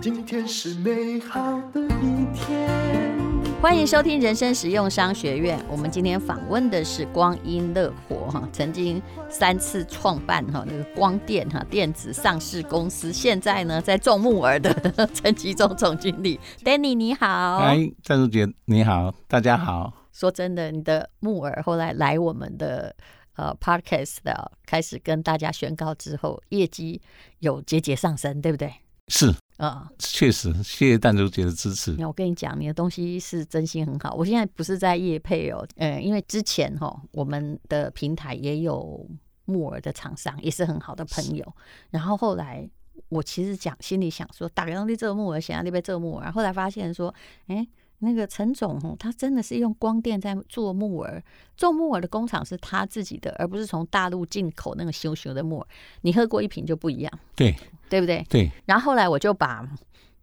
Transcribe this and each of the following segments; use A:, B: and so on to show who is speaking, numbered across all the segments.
A: 今天是美好的一天。
B: 欢迎收听人生实用商学院。我们今天访问的是光阴乐活哈，曾经三次创办哈那个光电哈电子上市公司，现在呢在种木耳的 陈其忠总经理 Danny 你好。嗯
C: 哎，赞助姐你好，大家好。
B: 说真的，你的木耳后来来我们的呃 podcast 的哦开始跟大家宣告之后，业绩有节节上升，对不对？
C: 是，
B: 啊、
C: 确实，谢谢赞助姐的支持。
B: 那我跟你讲，你的东西是真心很好。我现在不是在业配哦，呃，因为之前哈、哦，我们的平台也有木耳的厂商，也是很好的朋友。然后后来我其实讲心里想说，打个你这个木耳，想要那边这个木耳。后来发现说，哎，那个陈总哦，他真的是用光电在做木耳，做木耳的工厂是他自己的，而不是从大陆进口那个修修的木耳。你喝过一瓶就不一样，
C: 对
B: 对不对？
C: 对，
B: 然后后来我就把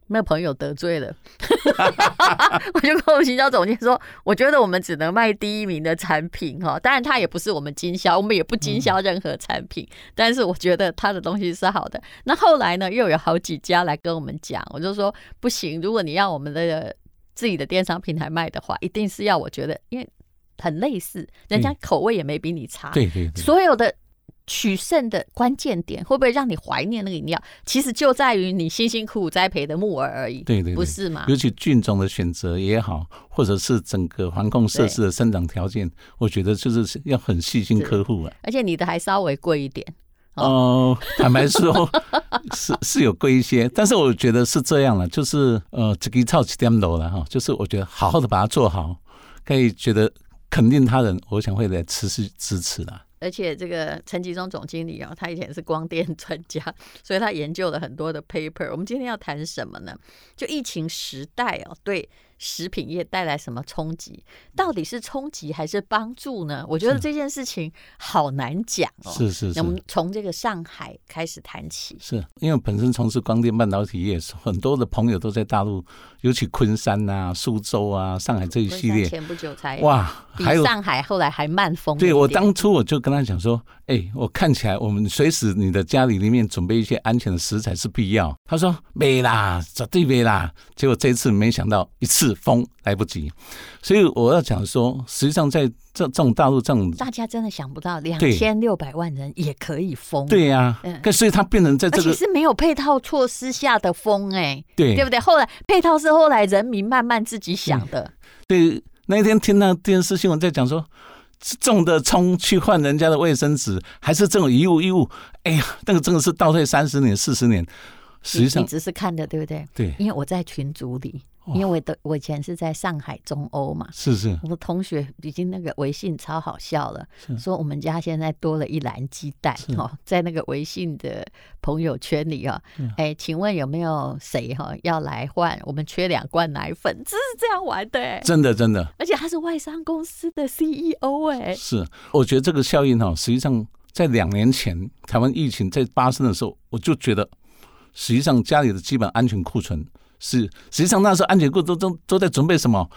B: 那朋友得罪了， 我就跟我们行销总监说，我觉得我们只能卖第一名的产品哈，当然他也不是我们经销，我们也不经销任何产品，但是我觉得他的东西是好的。那后来呢，又有好几家来跟我们讲，我就说不行，如果你要我们的自己的电商平台卖的话，一定是要我觉得，因为很类似，人家
C: 嗯
B: 口味也没比你差，
C: 对对对，
B: 所有的取胜的关键点，会不会让你怀念那个饮料？其实就在于你辛辛苦苦栽培的木耳而已，
C: 对对对
B: 不是吗？
C: 尤其菌种的选择也好，或者是整个环控设置的生长条件，我觉得就是要很细心
B: 是
C: 呵护啊。
B: 而且你的还稍微贵一点，
C: 哦，坦白 说，是是有贵一些，但是我觉得是这样了，就是呃，这个操几点楼了哈，就是我觉得好好的把它做好，可以觉得肯定他人，我想会来持续支持啦。
B: 而且这个陈吉忠总经理哦，他以前是光电专家，所以他研究了很多的 paper。我们今天要谈什么呢？就疫情时代哦，对食品业带来什么冲击？到底是冲击还是帮助呢？我觉得这件事情好难讲哦。
C: 嗯是是是
B: 那我们从这个上海开始谈起。
C: 是因为我本身从事光电半导体业，很多的朋友都在大陆，尤其昆山啊、苏州啊、上海这一
B: 昆
C: 系
B: 山
C: 列，
B: 前不久才
C: 哇，
B: 比
C: 还有
B: 上海后来还慢风了一点。
C: 对我当初我就跟他讲说，哎、我看起来我们随时你的家里里面准备一些安全的食材是必要。他说没啦，绝对没啦。结果这一次没想到一次风来不及，所以我要讲说，实际上在这这种大陆这种，
B: 大家真的想不到，两
C: 对
B: 千六百万人也可以疯，，
C: 对呀、
B: 嗯
C: 可所以它变成在
B: 而
C: 这
B: 且
C: 个
B: 是没有配套措施下的疯，哎，
C: 对
B: 对不对？后来配套是后来人民慢慢自己想的，
C: 对，那一天听到电视新闻在讲说，这种的葱去换人家的卫生纸，还是这种一物一物，哎呀，那个真的是倒退三十年、四十年。实际
B: 你
C: 上
B: 你，只是看的，对不对？
C: 对，
B: 因为我在群组里，
C: 哇
B: 因为我的我以前是在上海中欧嘛，
C: 是是
B: 我同学已经那个微信超好笑了，说我们家现在多了一篮鸡蛋
C: 是
B: 哦， 在那个微信的朋友圈里哦，
C: 啊
B: 哎、请问有没有谁哈、哦、要来换？我们缺两罐奶粉，这是这样玩的哎，
C: 真的真的
B: 而且他是外商公司的 CEO 哎，
C: 是。我觉得这个效应哈、实际上在两年前台湾疫情在发生的时候，我就觉得，实际上家里的基本安全库存是，实际上那时候安全库都都都在准备什么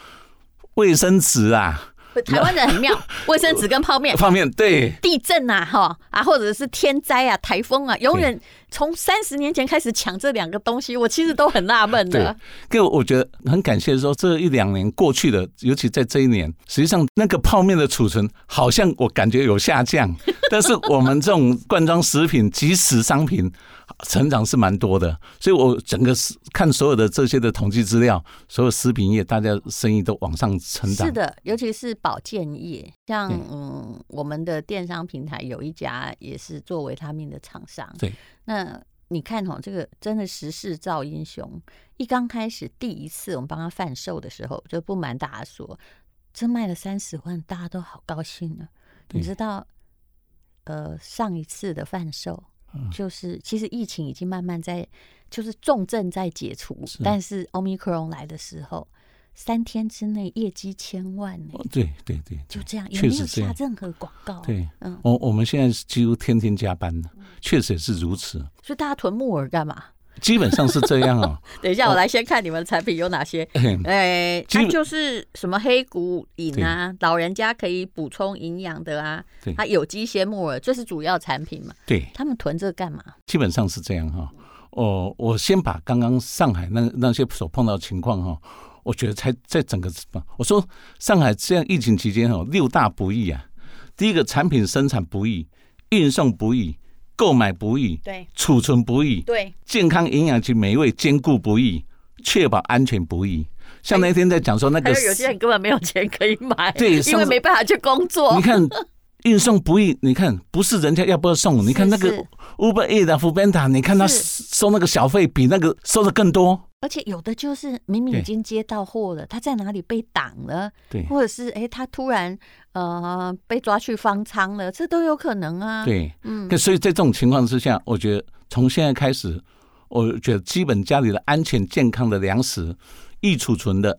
C: 卫生纸啊、
B: 不台湾人很 妙，卫生纸跟泡面。
C: 方面对。
B: 地震啊，哈啊，或者是天灾啊、台风啊，永远从三十年前开始抢这两个东西，我其实都很纳闷的。
C: 各位，我觉得很感谢说这一两年过去的，尤其在这一年，实际上那个泡面的储存好像我感觉有下降， 但是我们这种罐装食品、即食商品成长是蛮多的，所以我整个是看所有的这些的统计资料，所有食品业大家生意都往上成长。
B: 是，的，尤其是保健业，像
C: 对
B: 嗯，我们的电商平台有一家也是做维他命的厂商。
C: 对，
B: 那你看哦，这个真的时势造英雄。一刚开始第一次我们帮他贩售的时候，就不瞒大家说，这卖了三十万，大家都好高兴啊。你
C: 对
B: 知道，呃，上一次的贩售。
C: 嗯
B: 就是，其实疫情已经慢慢在，就是重症在解除，
C: 是
B: 但是 Omicron 来的时候，三天之内业绩千万呢、
C: 哦对对对，
B: 就这样，也
C: 确
B: 没
C: 实
B: 有
C: 这样
B: 下任何广告。，
C: 对，哦
B: 嗯，
C: 我我们现在几乎天天加班呢，确实也是如此。
B: 所以大家囤木耳干嘛？
C: 基本上是这样哦。
B: 等一下，我来先看你们的产品有哪些。
C: 嗯
B: 哎、
C: 基
B: 它
C: 本
B: 就是什么黑谷饮啊，老人家可以补充营养的啊
C: 对，
B: 它有机鲜木耳，这是主要产品嘛。
C: 对，
B: 他们囤这干嘛？
C: 基本上是这样哈、哦，我先把刚刚上海那那些所碰到的情况哈、我觉得才在整个我说上海这样疫情期间哈、六大不易啊。第一个，产品生产不易，运送不易，购买不易，
B: 对
C: 储存不易，
B: 对，
C: 健康营养及美味兼顾不易，确保安全不易。像那天在讲说那
B: 还
C: 个
B: 有，有些人根本没有钱可以买，
C: 对
B: 因
C: 上
B: 为
C: 次
B: 没办法去工作
C: 你。看运送不易，你看不是人家要不要送，你看那个
B: 是
C: Uber E 的 f o o p a n d a 你看他
B: 是
C: 收那个小费比那个收的更多。
B: 而且有的就是明明
C: 对
B: 已经接到货了，他在哪里被挡了，
C: 对
B: 或者是哎、他突然呃被抓去方舱了，这都有可能啊。，
C: 对，
B: 嗯
C: 可所以在这种情况之下，我觉得从现在开始，我觉得基本家里的安全健康的粮食，易储存的、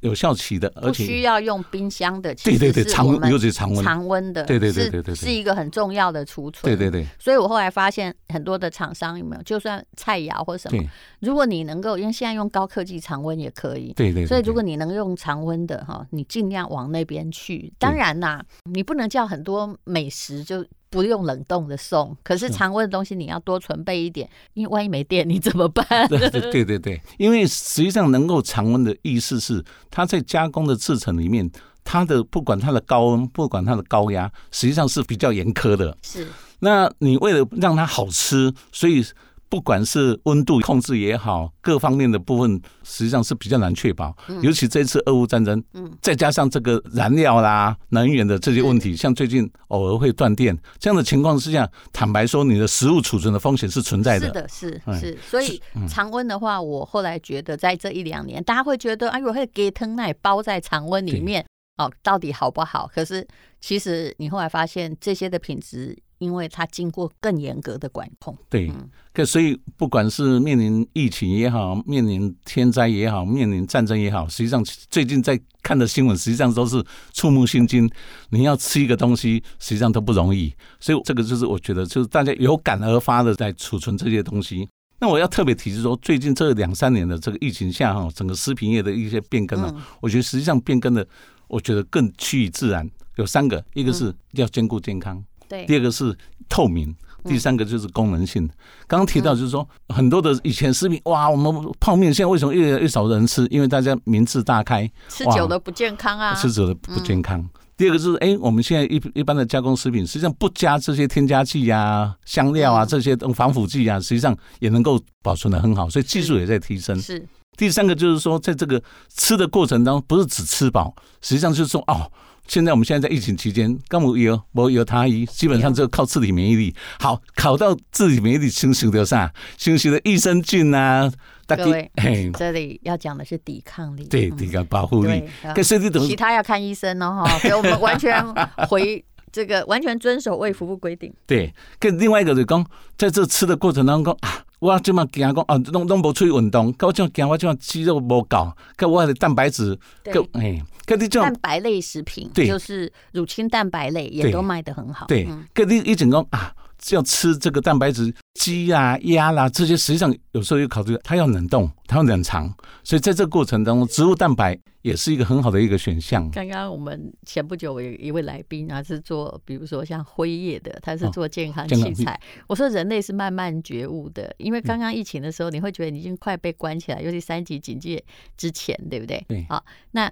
C: 有效期的，而
B: 不需
C: 且
B: 要用冰箱的，其
C: 对对
B: 实
C: 对
B: 是
C: 常
B: 我
C: 温
B: 们
C: 尤其是常温
B: 常温的，
C: 对对对
B: 是
C: 对对对
B: 是一个很重要的储存。
C: 对对对
B: 所以我后来发现很多的厂商有没有，就算菜肴或什么
C: 对，
B: 如果你能够，因为现在用高科技常温也可以。
C: 对对，
B: 所以，如果
C: 你
B: 你能用常温的哈，你尽量往那边去。当然啦，你不能叫很多美食就不用冷冻的送，可是
C: 是
B: 常温的东西你要多准备一点，因为万一没电你怎么办？
C: 对对对对对，因为实际上能够常温的意思是，它在加工的制成里面，它的不管它的高温，不管它的高压，实际上是比较严苛 的。
B: 是
C: 那你为了让它好吃，所以不管是温度控制也好，各方面的部分实际上是比较难确保。尤其这次俄乌战争，
B: 嗯
C: 再加上这个燃料啦、能源的这些问题，像最近偶尔会断电这样的情况之下，坦白说，你的食物储存的风险是存在
B: 是
C: 的。
B: 的，是
C: 哎
B: 是。所以常温的话，我后来觉得在这一两年，大家会觉得哎呦，嘿，给腾奶包在常温里
C: 对
B: 面哦，到底好不好？可是其实你后来发现这些的品质，因为它经过更严格的管控，
C: 对
B: 嗯，
C: 可所以不管是面临疫情也好，面临天灾也好，面临战争也好，实际上最近在看的新闻，实际上都是触目心惊。你要吃一个东西，实际上都不容易。所以这个就是我觉得，就是大家有感而发的在储存这些东西。那我要特别提示说，最近这两三年的这个疫情下哈，整个食品业的一些变更啊，
B: 嗯
C: 我觉得实际上变更的，我觉得更趋于自然。有三个，一
B: 嗯
C: 个是要兼顾健康，
B: 对
C: 第二个是透明，
B: 嗯
C: 第三个就是功能性。刚刚提到就是说，很多的以前食品，哇，我们泡面现在为什么越来越少人吃？因为大家民智大开，
B: 吃
C: 哇
B: 久了不健康啊，嗯
C: 吃久了不健康。第二个就是，哎，我们现在一一般的加工食品，实际上不加这些添加剂啊、香料啊
B: 嗯
C: 这些东防腐剂啊，实际上也能够保存的很好，所以技术也在提升。
B: 是
C: 第三个就是说，在这个吃的过程当中，不是只吃饱，实际上就是说，哦，现在我们现在在疫情期间，刚我有我有他一，基本上就靠自体免疫力。好，考到自体免疫力，清洗的啥？清洗的益生菌啊，大
B: 各位
C: 嘿，
B: 这里要讲的是抵抗力，
C: 对，
B: 嗯
C: 这个保护力
B: 对。啊
C: 可是你等
B: 其他要看医生哦，哈，所以我们完全回这个完全遵守卫福部规定，
C: 对，跟另外一个就讲，在这吃的过程当中讲啊，我即马惊讲啊，拢拢无出去运动，跟我即马惊我即马肌肉无够，跟我的蛋白质，
B: 对
C: 跟哎，跟你这种
B: 蛋白类食品，
C: 对
B: 就是乳清蛋白类也
C: 对
B: 都卖得很好。
C: 对，跟你一整个啊，要吃这个蛋白质，鸡啊、鸭啦、这些，实际上有时候又考虑它要冷冻，它要冷藏，所以在这个过程当中，植物蛋白也是一个很好的一个选项。
B: 刚刚我们前不久有一位来宾啊，是做比如说像辉夜的，他是
C: 哦
B: 做健康
C: 健
B: 器
C: 康嗯
B: 材。我说人类是慢慢觉悟的，因为刚刚疫情的时候，你会觉得你已经快被关起来，尤其三级警戒之前，对不对？
C: 对
B: 好，那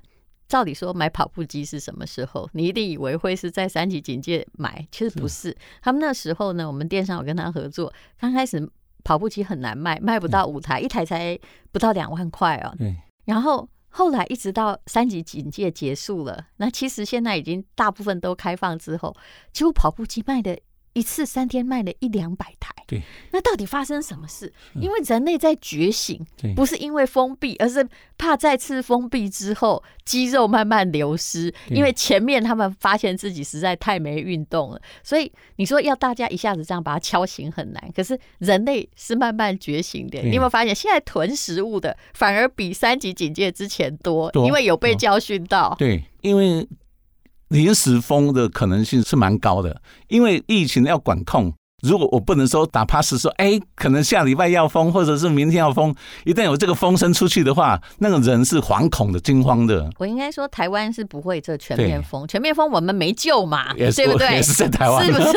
B: 照理说买跑步机是什么时候？你一定以为会是在三级警戒买，其实不是。
C: 嗯
B: 他们那时候呢，我们电商有跟他合作，刚开始跑步机很难卖，卖不到
C: 嗯
B: 五台，一台才不到两万块哦。
C: 对
B: 然后后来一直到三级警戒结束了，那其实现在已经大部分都开放之后，几乎跑步机卖的一次三天卖了一两百台。
C: 对，
B: 那到底发生什么事？因为人类在觉醒，
C: 对
B: 不是因为封闭，而是怕再次封闭之后肌肉慢慢流失，
C: 对
B: 因为前面他们发现自己实在太没运动了，所以你说要大家一下子这样把它敲醒很难。可是人类是慢慢觉醒的，
C: 对
B: 你有没有发现现在囤食物的反而比三级警戒之前多，
C: 多
B: 因为有被
C: 多
B: 教训到。
C: 对，因为临时封的可能性是蛮高的，因为疫情要管控，如果我不能说打 pass 说，哎，可能下礼拜要封，或者是明天要封，一旦有这个风声出去的话，那个人是惶恐的、惊慌的。
B: 我应该说，台湾是不会这全面
C: 对
B: 封，全面封我们没救嘛，
C: 也是
B: 对不对？
C: 也是在台湾
B: 是 不是？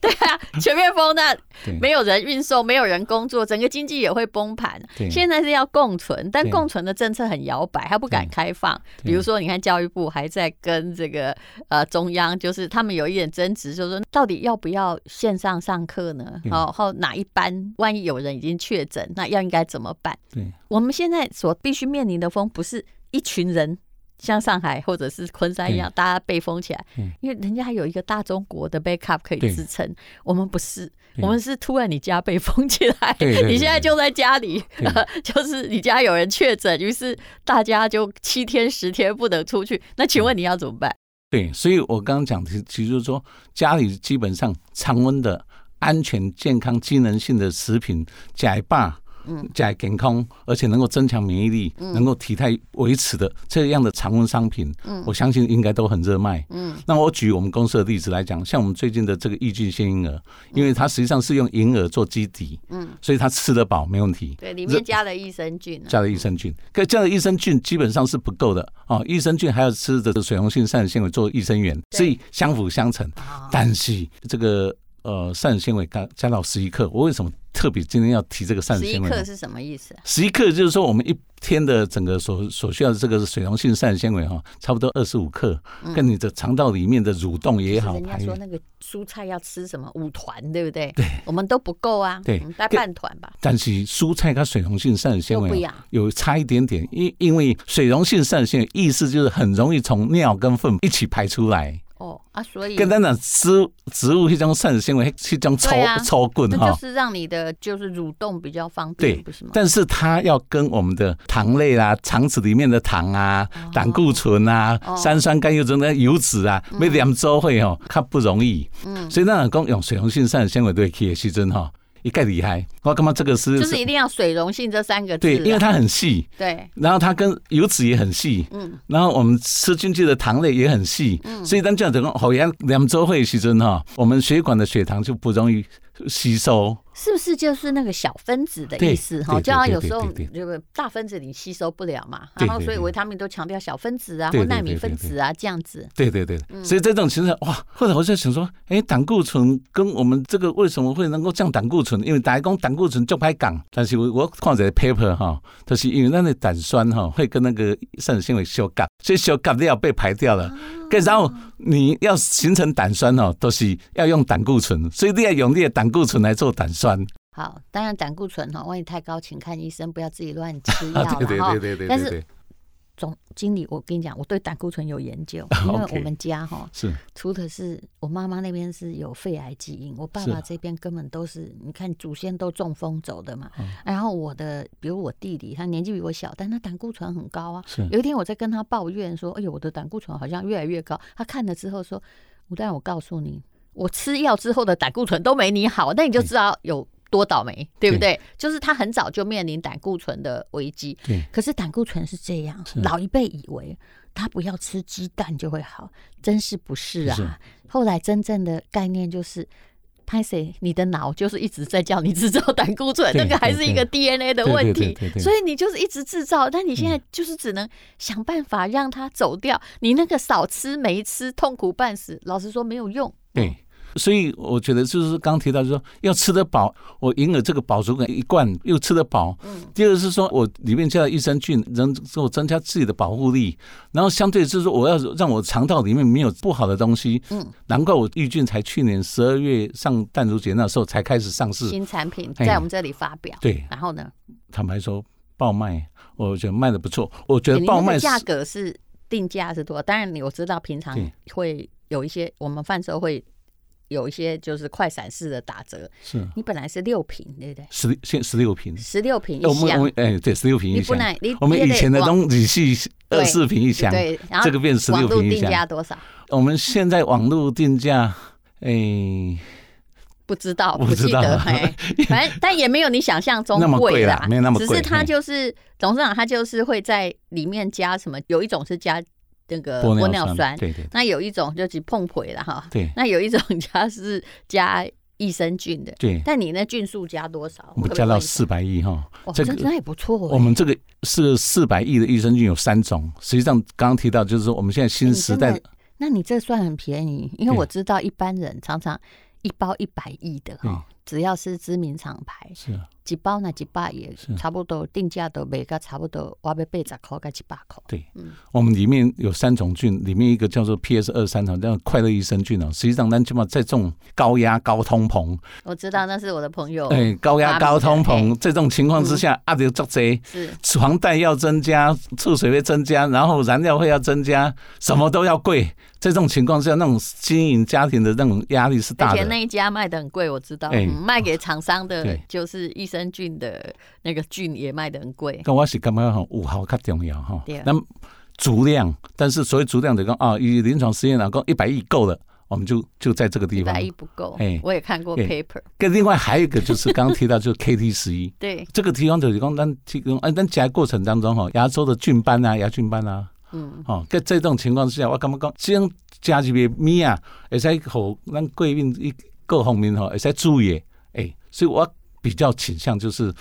B: 对啊，全面封那
C: 对
B: 没有人运送，没有人工作，整个经济也会崩盘。
C: 对
B: 现在是要共存，但
C: 对
B: 共存的政策很摇摆，他不敢
C: 对
B: 开放。
C: 对
B: 比如说，你看教育部还在跟这个呃中央，就是他们有一点争执，就是说到底要不要线上上课呢？
C: 对
B: 哦，后哪一班万一有人已经确诊，那要应该怎么办？
C: 对，
B: 我们现在所必须面临的风，不是一群人像上海或者是昆山一样，大家被封起来
C: 嗯，
B: 因为人家还有一个大中国的 backup 可以
C: 对
B: 支撑，我们不是，
C: 对
B: 我们是突然你家被封起来，
C: 对对对
B: 你现在就在家里，
C: 对
B: 呃 就是你家有人确诊，于是大家就七天十天不能出去，那请问你要怎么办？
C: 对，所以我刚刚讲的其其实就是说，家里基本上常温的、安全、健康、机能性的食品，解霸。
B: 嗯，
C: 加健康，而且能够增强免疫力，能够体态维持的这样的常温商品，
B: 嗯
C: 我相信应该都很热卖。
B: 嗯，
C: 那我举我们公司的例子来讲，像我们最近的这个益菌鲜婴儿，因为它实际上是用银耳做基底，
B: 嗯，
C: 所以它吃得饱没问题。
B: 对，里
C: 面
B: 加了益生菌、啊
C: 加了益生菌，可这样的益生菌基本上是不够的哦，益生菌还要吃的水溶性膳食纤维做益生元，
B: 对哦
C: 所以相辅相成。但是这个呃膳食纤维加加到十一克，我为什么特别今天要提这个膳食
B: 十一
C: 纤维呢？
B: 克是什么意思？啊
C: 十一克就是说我们一天的整个所所需要的这个水溶性膳食纤维哈，差不多二十五克，
B: 嗯
C: 跟你的肠道里面的蠕动也
B: 就是
C: 好，
B: 人家
C: 排
B: 说
C: 便
B: 那个蔬菜要吃什么五团，对不对？对，我们都不够啊，
C: 对
B: 嗯大概
C: 跟
B: 半团吧。
C: 但是蔬菜跟水溶性膳食纤
B: 又不一
C: 维
B: 样
C: 啊有差一点点，因因为水溶性膳食纤维意思就是很容易从尿跟粪一起排出来。
B: 哦啊，所以
C: 简单讲，植植物是一种膳食纤维，是一种抽
B: 对啊
C: 抽棍
B: 这就
C: 哈。
B: 是让你的就是蠕动比较方便，
C: 对
B: 不是吗？
C: 但是它要跟我们的糖类啦、肠子里面的糖啊、胆固醇啊、
B: 哦
C: 三酸甘油脂的油脂啊，每两周会哦，它不容易。
B: 嗯，
C: 所以那讲用水溶性膳食纤维对去的时阵哈，一概厉害。我感觉这个是
B: 就是一定要水溶性这三个字
C: 对，
B: 啊，
C: 因为它很细，
B: 对
C: 然后它跟油脂也很细，
B: 嗯，
C: 然后我们吃进去的糖类也很细，所以当这样子讲，好像两周会的时阵哈，我们血管的血糖就不容易吸收。
B: 是不是就是那个小分子的
C: 对
B: 意思哈？
C: 对对
B: 就好像有
C: 对对
B: 时候
C: 对
B: 就是大分子你吸收不了嘛，
C: 对
B: 然后
C: 对
B: 所以
C: 对
B: 维他命都强调小分子啊
C: 对
B: 或
C: 对
B: 纳米
C: 对对
B: 分
C: 对
B: 子啊这样子，
C: 对对对，
B: 嗯
C: 所以这种情况哇，后来我就想说，哎，胆固醇跟我们这个为什么会能够降胆固醇？因为大家讲胆固醇就排降，但是我我看这个 paper 哈， 就是因为那个胆酸哈会跟那个膳食纤维相夹，所以相夹料被排掉
B: 啊
C: 了。跟然后你要形成胆酸哦，都是要用胆固醇，所以你要用你的胆固醇来做胆酸。
B: 好，当然胆固醇哈，万一太高，请看医生，不要自己乱吃药
C: 啊
B: 了哈。
C: 对对
B: 但是总经理，我跟你讲，我对胆固醇有研 究，因为
C: OK
B: 我们家哈，
C: 是
B: 除的是我妈妈那边是有肺癌基因，我爸
C: 是啊
B: 爸这边根本都是，你看祖先都中风走的嘛。
C: 嗯
B: 然后我的，比如我弟弟，他年纪比我小，但他胆固醇很高啊。
C: 是
B: 有一天我在跟他抱怨说：“哎呦，我的胆固醇好像越来越高。”他看了之后说：“吴丹，我告诉你，我吃药之后的胆固醇都没你好，那你就知道有多倒霉，对不对？就是他很早就面临胆固醇的危机。
C: 对
B: 可是胆固醇是这样，
C: 是
B: 老一辈以为他不要吃鸡蛋就会好，真是不是啊？
C: 不是
B: 后来真正的概念就是。拍谁？你的脑就是一直在叫你制造胆固醇，
C: 对
B: 那个还是一个
C: 对
B: DNA 的
C: 对对
B: 问
C: 对
B: 题
C: 对，对嗯
B: 所以你就是一直制造，但你现在就是只能想办法让它走掉。你那个少吃没吃，痛苦半死，老实说没有用。
C: 对，所以我觉得就是刚提到，就是说要吃得饱，我赢了这个饱足感一罐又吃得饱。
B: 嗯
C: 第二个是说我里面加了益生菌，能够增加自己的保护力，然后相对就是说我要让我肠道里面没有不好的东西。
B: 嗯，
C: 难怪我益菌才去年十二月上淡如节那时候才开始上市，
B: 新产品
C: 嘿
B: 在我们这里发表，
C: 对，
B: 然后呢，
C: 坦白说爆卖，我觉得卖的不错，我觉
B: 欸
C: 得
B: 你
C: 爆
B: 那
C: 卖
B: 个
C: 是
B: 价格是定价是多少？当然，你我知道平常
C: 对
B: 会有一些我们贩售会有一些就是快闪式的打折，
C: 是
B: 你本来是六瓶，对不对？
C: 十现十六瓶。
B: 十六瓶
C: 我
B: 一
C: 们我
B: 箱
C: 们，哎，对，十六瓶
B: 你
C: 一
B: 不
C: 箱。
B: 能你
C: 我们
B: 也
C: 以
B: 得
C: 前的
B: 往
C: 东西是
B: 对
C: 二四瓶一箱，
B: 对，然后
C: 这个变十
B: 网
C: 六
B: 络
C: 瓶一
B: 定价
C: 箱。
B: 多少？
C: 我们现在网络定价，哎、
B: 不知 道，
C: 不
B: 不
C: 知
B: 记
C: 道
B: 得，哎，反正但也没有你想象中
C: 那么贵
B: 啦
C: 啦，没有那么
B: 只
C: 贵
B: 是它
C: 嘿
B: 就是董事长，他就是会在里面加什么，有一种是加那个
C: 玻
B: 呃玻
C: 尿
B: 尿酸，
C: 对对
B: 那有一种就是碰腿了哈，
C: 对
B: 那有一种加是加益生菌的，
C: 对，
B: 但你那菌数加多少？
C: 我
B: 会
C: 们
B: 不会
C: 加到
B: 问一下
C: 四百亿哈，
B: 哦，
C: 这
B: 这
C: 个
B: 那也不错
C: 我
B: 哦。
C: 们这个是四百亿的益生菌有三种，实际上刚刚提到就是说我们现在
B: 哎
C: 新
B: 你
C: 时
B: 真的
C: 代，
B: 那你这算很便宜，因为
C: 对
B: 我知道一般人常常一包一百亿的
C: 对
B: 哈，只要是知名厂牌，
C: 是啊
B: 一包那一百也
C: 是
B: 差不多，定价都每个差不多，我要八十块跟一百块。
C: 对
B: 嗯，
C: 我们里面有三种菌，里面一个叫做 PS 二三哦，叫快乐益生菌哦。实际上，咱起码在这种高压、高通膨，
B: 我知道那是我的朋友，
C: 哎，高压、
B: 哦发
C: 高
B: 明的哎
C: 通膨这种情况之
B: 嗯
C: 下，啊，得做贼，
B: 是
C: 床贷要增加，醋水费增加，然后燃料费要增加，什么都要贵。这种情况之下，那种经营家庭的那种压力是大
B: 而且
C: 的。
B: 那一家卖的很贵，我知道，
C: 哎
B: 嗯卖给厂商的
C: 对
B: 就是益生菌的那个菌也卖的很贵。
C: 跟我是感觉吼五毫较重要吼
B: 对，啊
C: 那么足量，但是所谓足量就讲啊，以临床实验来讲，一百亿够了，我们就就在这个地
B: 一
C: 方
B: 百。亿不够
C: 哎，
B: 我也看过
C: 哎
B: paper，
C: 跟另外还有一个就是刚刚提到，就是 KT 十一
B: 对，
C: 这个提供者提供，咱提供哎，咱夹过程当中哈，牙周的菌斑啊、牙菌斑啊，
B: 嗯，
C: 哦，在这种情况之下，我感觉讲这样加入的物啊，会使互咱贵宾一各方面吼，会使注意的，哎、所以我比较倾向就是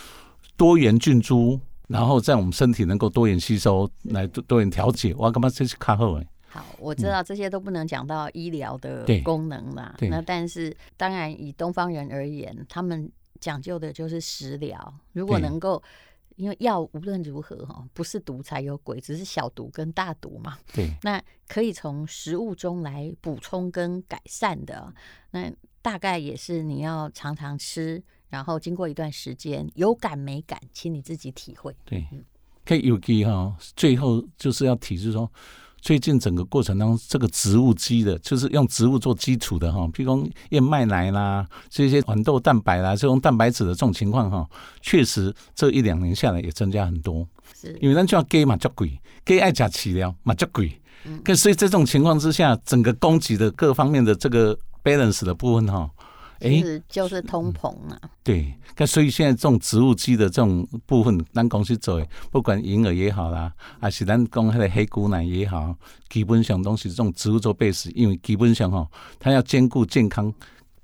C: 多元菌株，然后在我们身体能够多元吸收，来多多元调节，我感觉这是较好的。
B: 好，我知道这些都不能讲到医疗的
C: 嗯对
B: 功能啦。
C: 对
B: 那但是当然，以东方人而言，他们讲究的就是食疗。如果
C: 对
B: 能够，因为药无论如何哈，不是毒才有鬼，只是小毒跟大毒嘛。
C: 对，
B: 那可以从食物中来补充跟改善的，哦那大概也是你要常常吃，然后经过一段时间，有感没感，请你自己体会。
C: 对，可以有机哈。最后就是要提，就是说，最近整个过程当中，这个植物基的，就是用植物做基础的哈，譬如说燕麦奶啦，这些豌豆蛋白啦，这种蛋白质的这种情况哈，确实这一两年下来也增加很多。
B: 是
C: 因为咱就要鸡嘛，较贵，鸡爱吃饲料嘛，较贵。可所以这种情况之下，整个供给的各方面的这个 balance 的部分哈，诶。嗯
B: 是就是通膨嘛、啊，
C: 对，那所以现在这种植物基的这种部分，咱公司做的，不管银耳也好啦，还是咱讲那个黑姑奶也好，基本上都是这种植物做 base，因为基本上吼，它要兼顾健康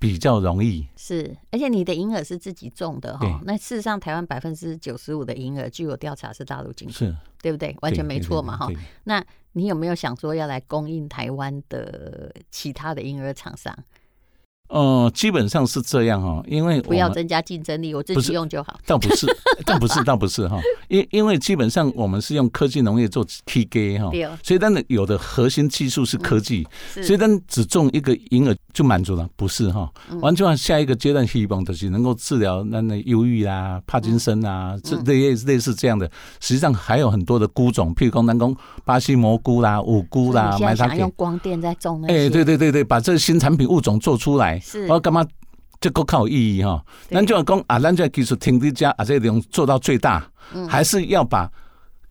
C: 比较容易。
B: 是，而且你的银耳是自己种的
C: 对
B: 哈。那事实上，台湾百分之九十五的银耳，据我调查是大陆进口，
C: 是，
B: 对不对？完全没错嘛哈
C: 对。对
B: 那你有没有想说要来供应台湾的其他的银耳厂商？
C: 呃，基本上是这样哈，因为我
B: 不要
C: 们
B: 增加竞争力，我自
C: 不
B: 己
C: 是
B: 用就好。
C: 倒不是， 倒不是，倒不是哈，因因为基本上我们是用科技农业做 K G 哈，
B: 对哦，嗯
C: 所以但有的核心技术是科技，所以
B: 是
C: 咱只种一个银耳就满足了，不是哈？
B: 嗯
C: 完全下一个阶段希望就是能够治疗那那忧郁
B: 嗯
C: 啊、帕金森啊，这类类似这样的。实际上还有很多的菇种，譬如讲咱讲巴西蘑菇啦、五菇啦
B: 你、现
C: 麦
B: 在
C: 沙
B: 想
C: 给
B: 用，光电在种那
C: 哎，
B: 些，
C: 对对对对，把这新产品物种做出来，
B: 是
C: 我干嘛？这个较有意义哈，
B: 对
C: 咱就要讲啊，咱这个技术停在家啊，这个能做到最大，
B: 嗯
C: 还是要把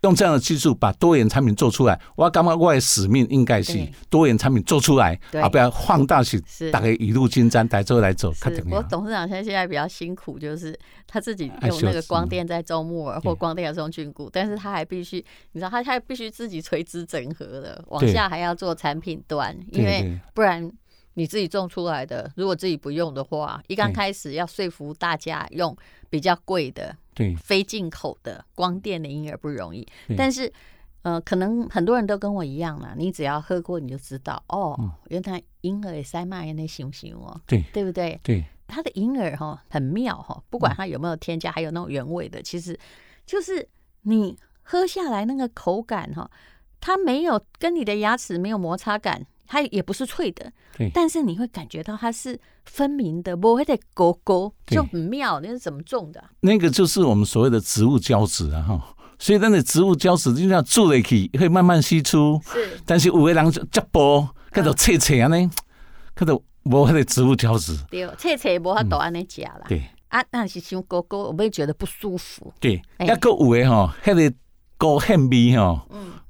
C: 用这样的技术把多元产品做出来。我感觉我的使命应该是
B: 对
C: 多元产品做出来，
B: 对
C: 啊，不要放大是
B: 是
C: 大。概一路金山台州来走，较
B: 是
C: 重
B: 我
C: 要。
B: 董事长现在现在比较辛苦，就是他自己
C: 啊哎
B: 用那
C: 修
B: 个
C: 饰
B: 光电在种木耳或
C: 对
B: 光电在种菌菇，但是他还必须，你知道他他还必须自己垂直整合的，往
C: 对
B: 下还要做产品端，
C: 对
B: 因为
C: 对
B: 不然你自己种出来的，如果自己不用的话，一刚
C: 对
B: 开始要说服大家用比较贵的、
C: 对
B: 非进口的光电的婴儿不容易，
C: 对
B: 但是呃，可能很多人都跟我一样啦，你只要喝过你就知道哦，原来婴儿也塞麦那行不行哦，
C: 嗯对嗯
B: 对不对？
C: 对
B: 它的银耳哈很妙哈，不管它有没有添加，还有那种原味的，其实就是你喝下来那个口感哈，它没有跟你的牙齿没有摩擦感，它也不是脆的，
C: 对
B: 但是你会感觉到它是分明的，不会的勾勾，
C: 对
B: 就很妙。那是怎么种的啊、
C: 那个就是我们所谓的植物胶质啊哈。所以咱的植物胶质就像住了起，会慢慢吸出。
B: 是
C: 但是有的人就接波，佮
B: 嗯
C: 着切切安尼，佮着无迄个植物胶质。
B: 对，切切无法度安尼食啦。
C: 嗯对
B: 啊，那是像勾勾，我会觉得不舒服。
C: 对，
B: 哎
C: 抑佫有诶吼，迄个高纤味吼，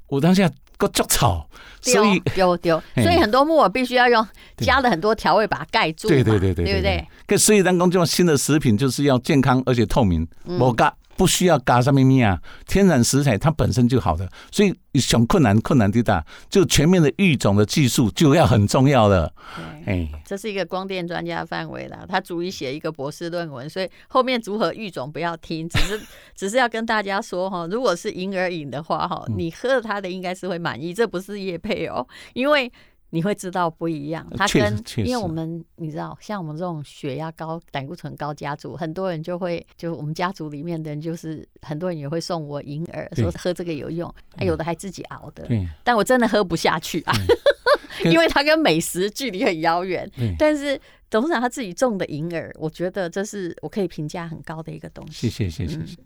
C: 有当下佫足臭，
B: 嗯对哦
C: 所以
B: 丢丢，
C: 嘿
B: 所以很多木耳必须要用
C: 对
B: 加了很多调味把它盖住嘛，
C: 对对对
B: 对
C: 对
B: 不对？嗯
C: 对，所以咱讲这种新的食品就是要健康而且透明，无加不需要嘎啥咪咪啊，天然食材它本身就好的，所以想困难困难的大，就全面的育种的技术就要很重要了。
B: 对
C: 哎，
B: 这是一个光电专家范围啦，他足以写一个博士论文，所以后面如何育种不要听，只是 只是要跟大家说哈，如果是银耳饮的话
C: 嗯
B: 哈，你喝了它的应该是会满意，这不是叶配哦，因为你会知道不一样，它
C: 确实
B: 跟
C: 确
B: 因为
C: 实
B: 我们你知道，像我们这种血压高、胆固醇高家族，很多人就会就我们家族里面的人，就是很多人也会送我银耳，
C: 对嗯
B: 说喝这个有用，啊、有的还自己熬的，
C: 对嗯
B: 但我真的喝不下去 啊，
C: 跟
B: 因为它跟美食距离很遥远。
C: 对，
B: 但是董事长他自己种的银耳，我觉得这是我可以评价很高的一个东
C: 谢
B: 西。
C: 谢谢谢谢谢。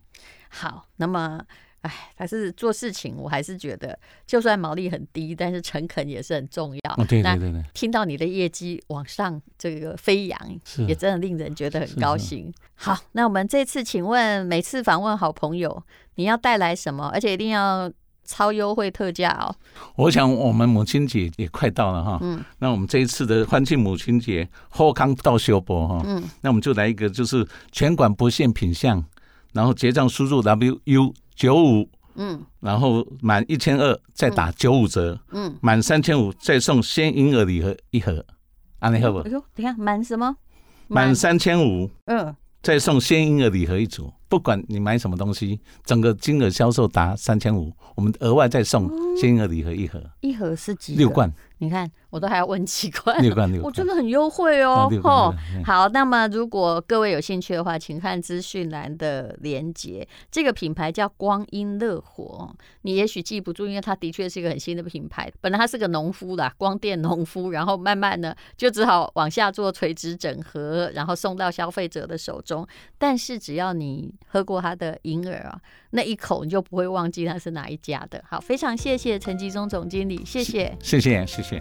B: 好，那么。哎，但是做事情，我还是觉得，就算毛利很低，但是诚恳也是很重要。
C: 哦，对
B: 那
C: 对对对，
B: 听到你的业绩往上这个飞扬，
C: 是啊
B: 也真的令人觉得
C: 是啊
B: 很
C: 是
B: 高兴。好，那我们这次请问，每次访问好朋友，你要带来什么？而且一定要超优惠特价哦。
C: 我想我们母亲节也快到了哈，
B: 嗯
C: 那我们这一次的欢庆母亲节，后康到修博哈，
B: 嗯，
C: 那我们就来一个就是全馆不限品项，然后结账输入 WU 九五，
B: 嗯
C: 然后满一千二再打九五折，
B: 嗯，
C: 满三千五再送鲜银耳礼盒一盒，安利好不
B: 哎？呦，等一下满什么？
C: 满三千五
B: 嗯，
C: 再送鲜银耳礼盒一组，不管你买什么东西，整个金额销售达三千五，我们额外再送鲜银耳礼盒一盒，
B: 哦一盒是几个
C: 六？罐
B: 你看，我都还要问几罐？
C: 六罐六
B: 我
C: 罐，
B: 真的很优惠哦
C: 啊六，罐
B: 吼
C: 六。罐。嗯
B: 好，那么如果各位有兴趣的话，请看资讯栏的连接。这个品牌叫光阴乐活，你也许记不住，因为它的确是一个很新的品牌。本来它是个农夫啦，光电农夫，然后慢慢呢就只好往下做垂直整合，然后送到消费者的手中。但是只要你喝过它的银耳啊，那一口你就不会忘记它是哪一家的。好，非常谢谢陈吉忠总经理，谢谢。
C: 谢谢谢谢。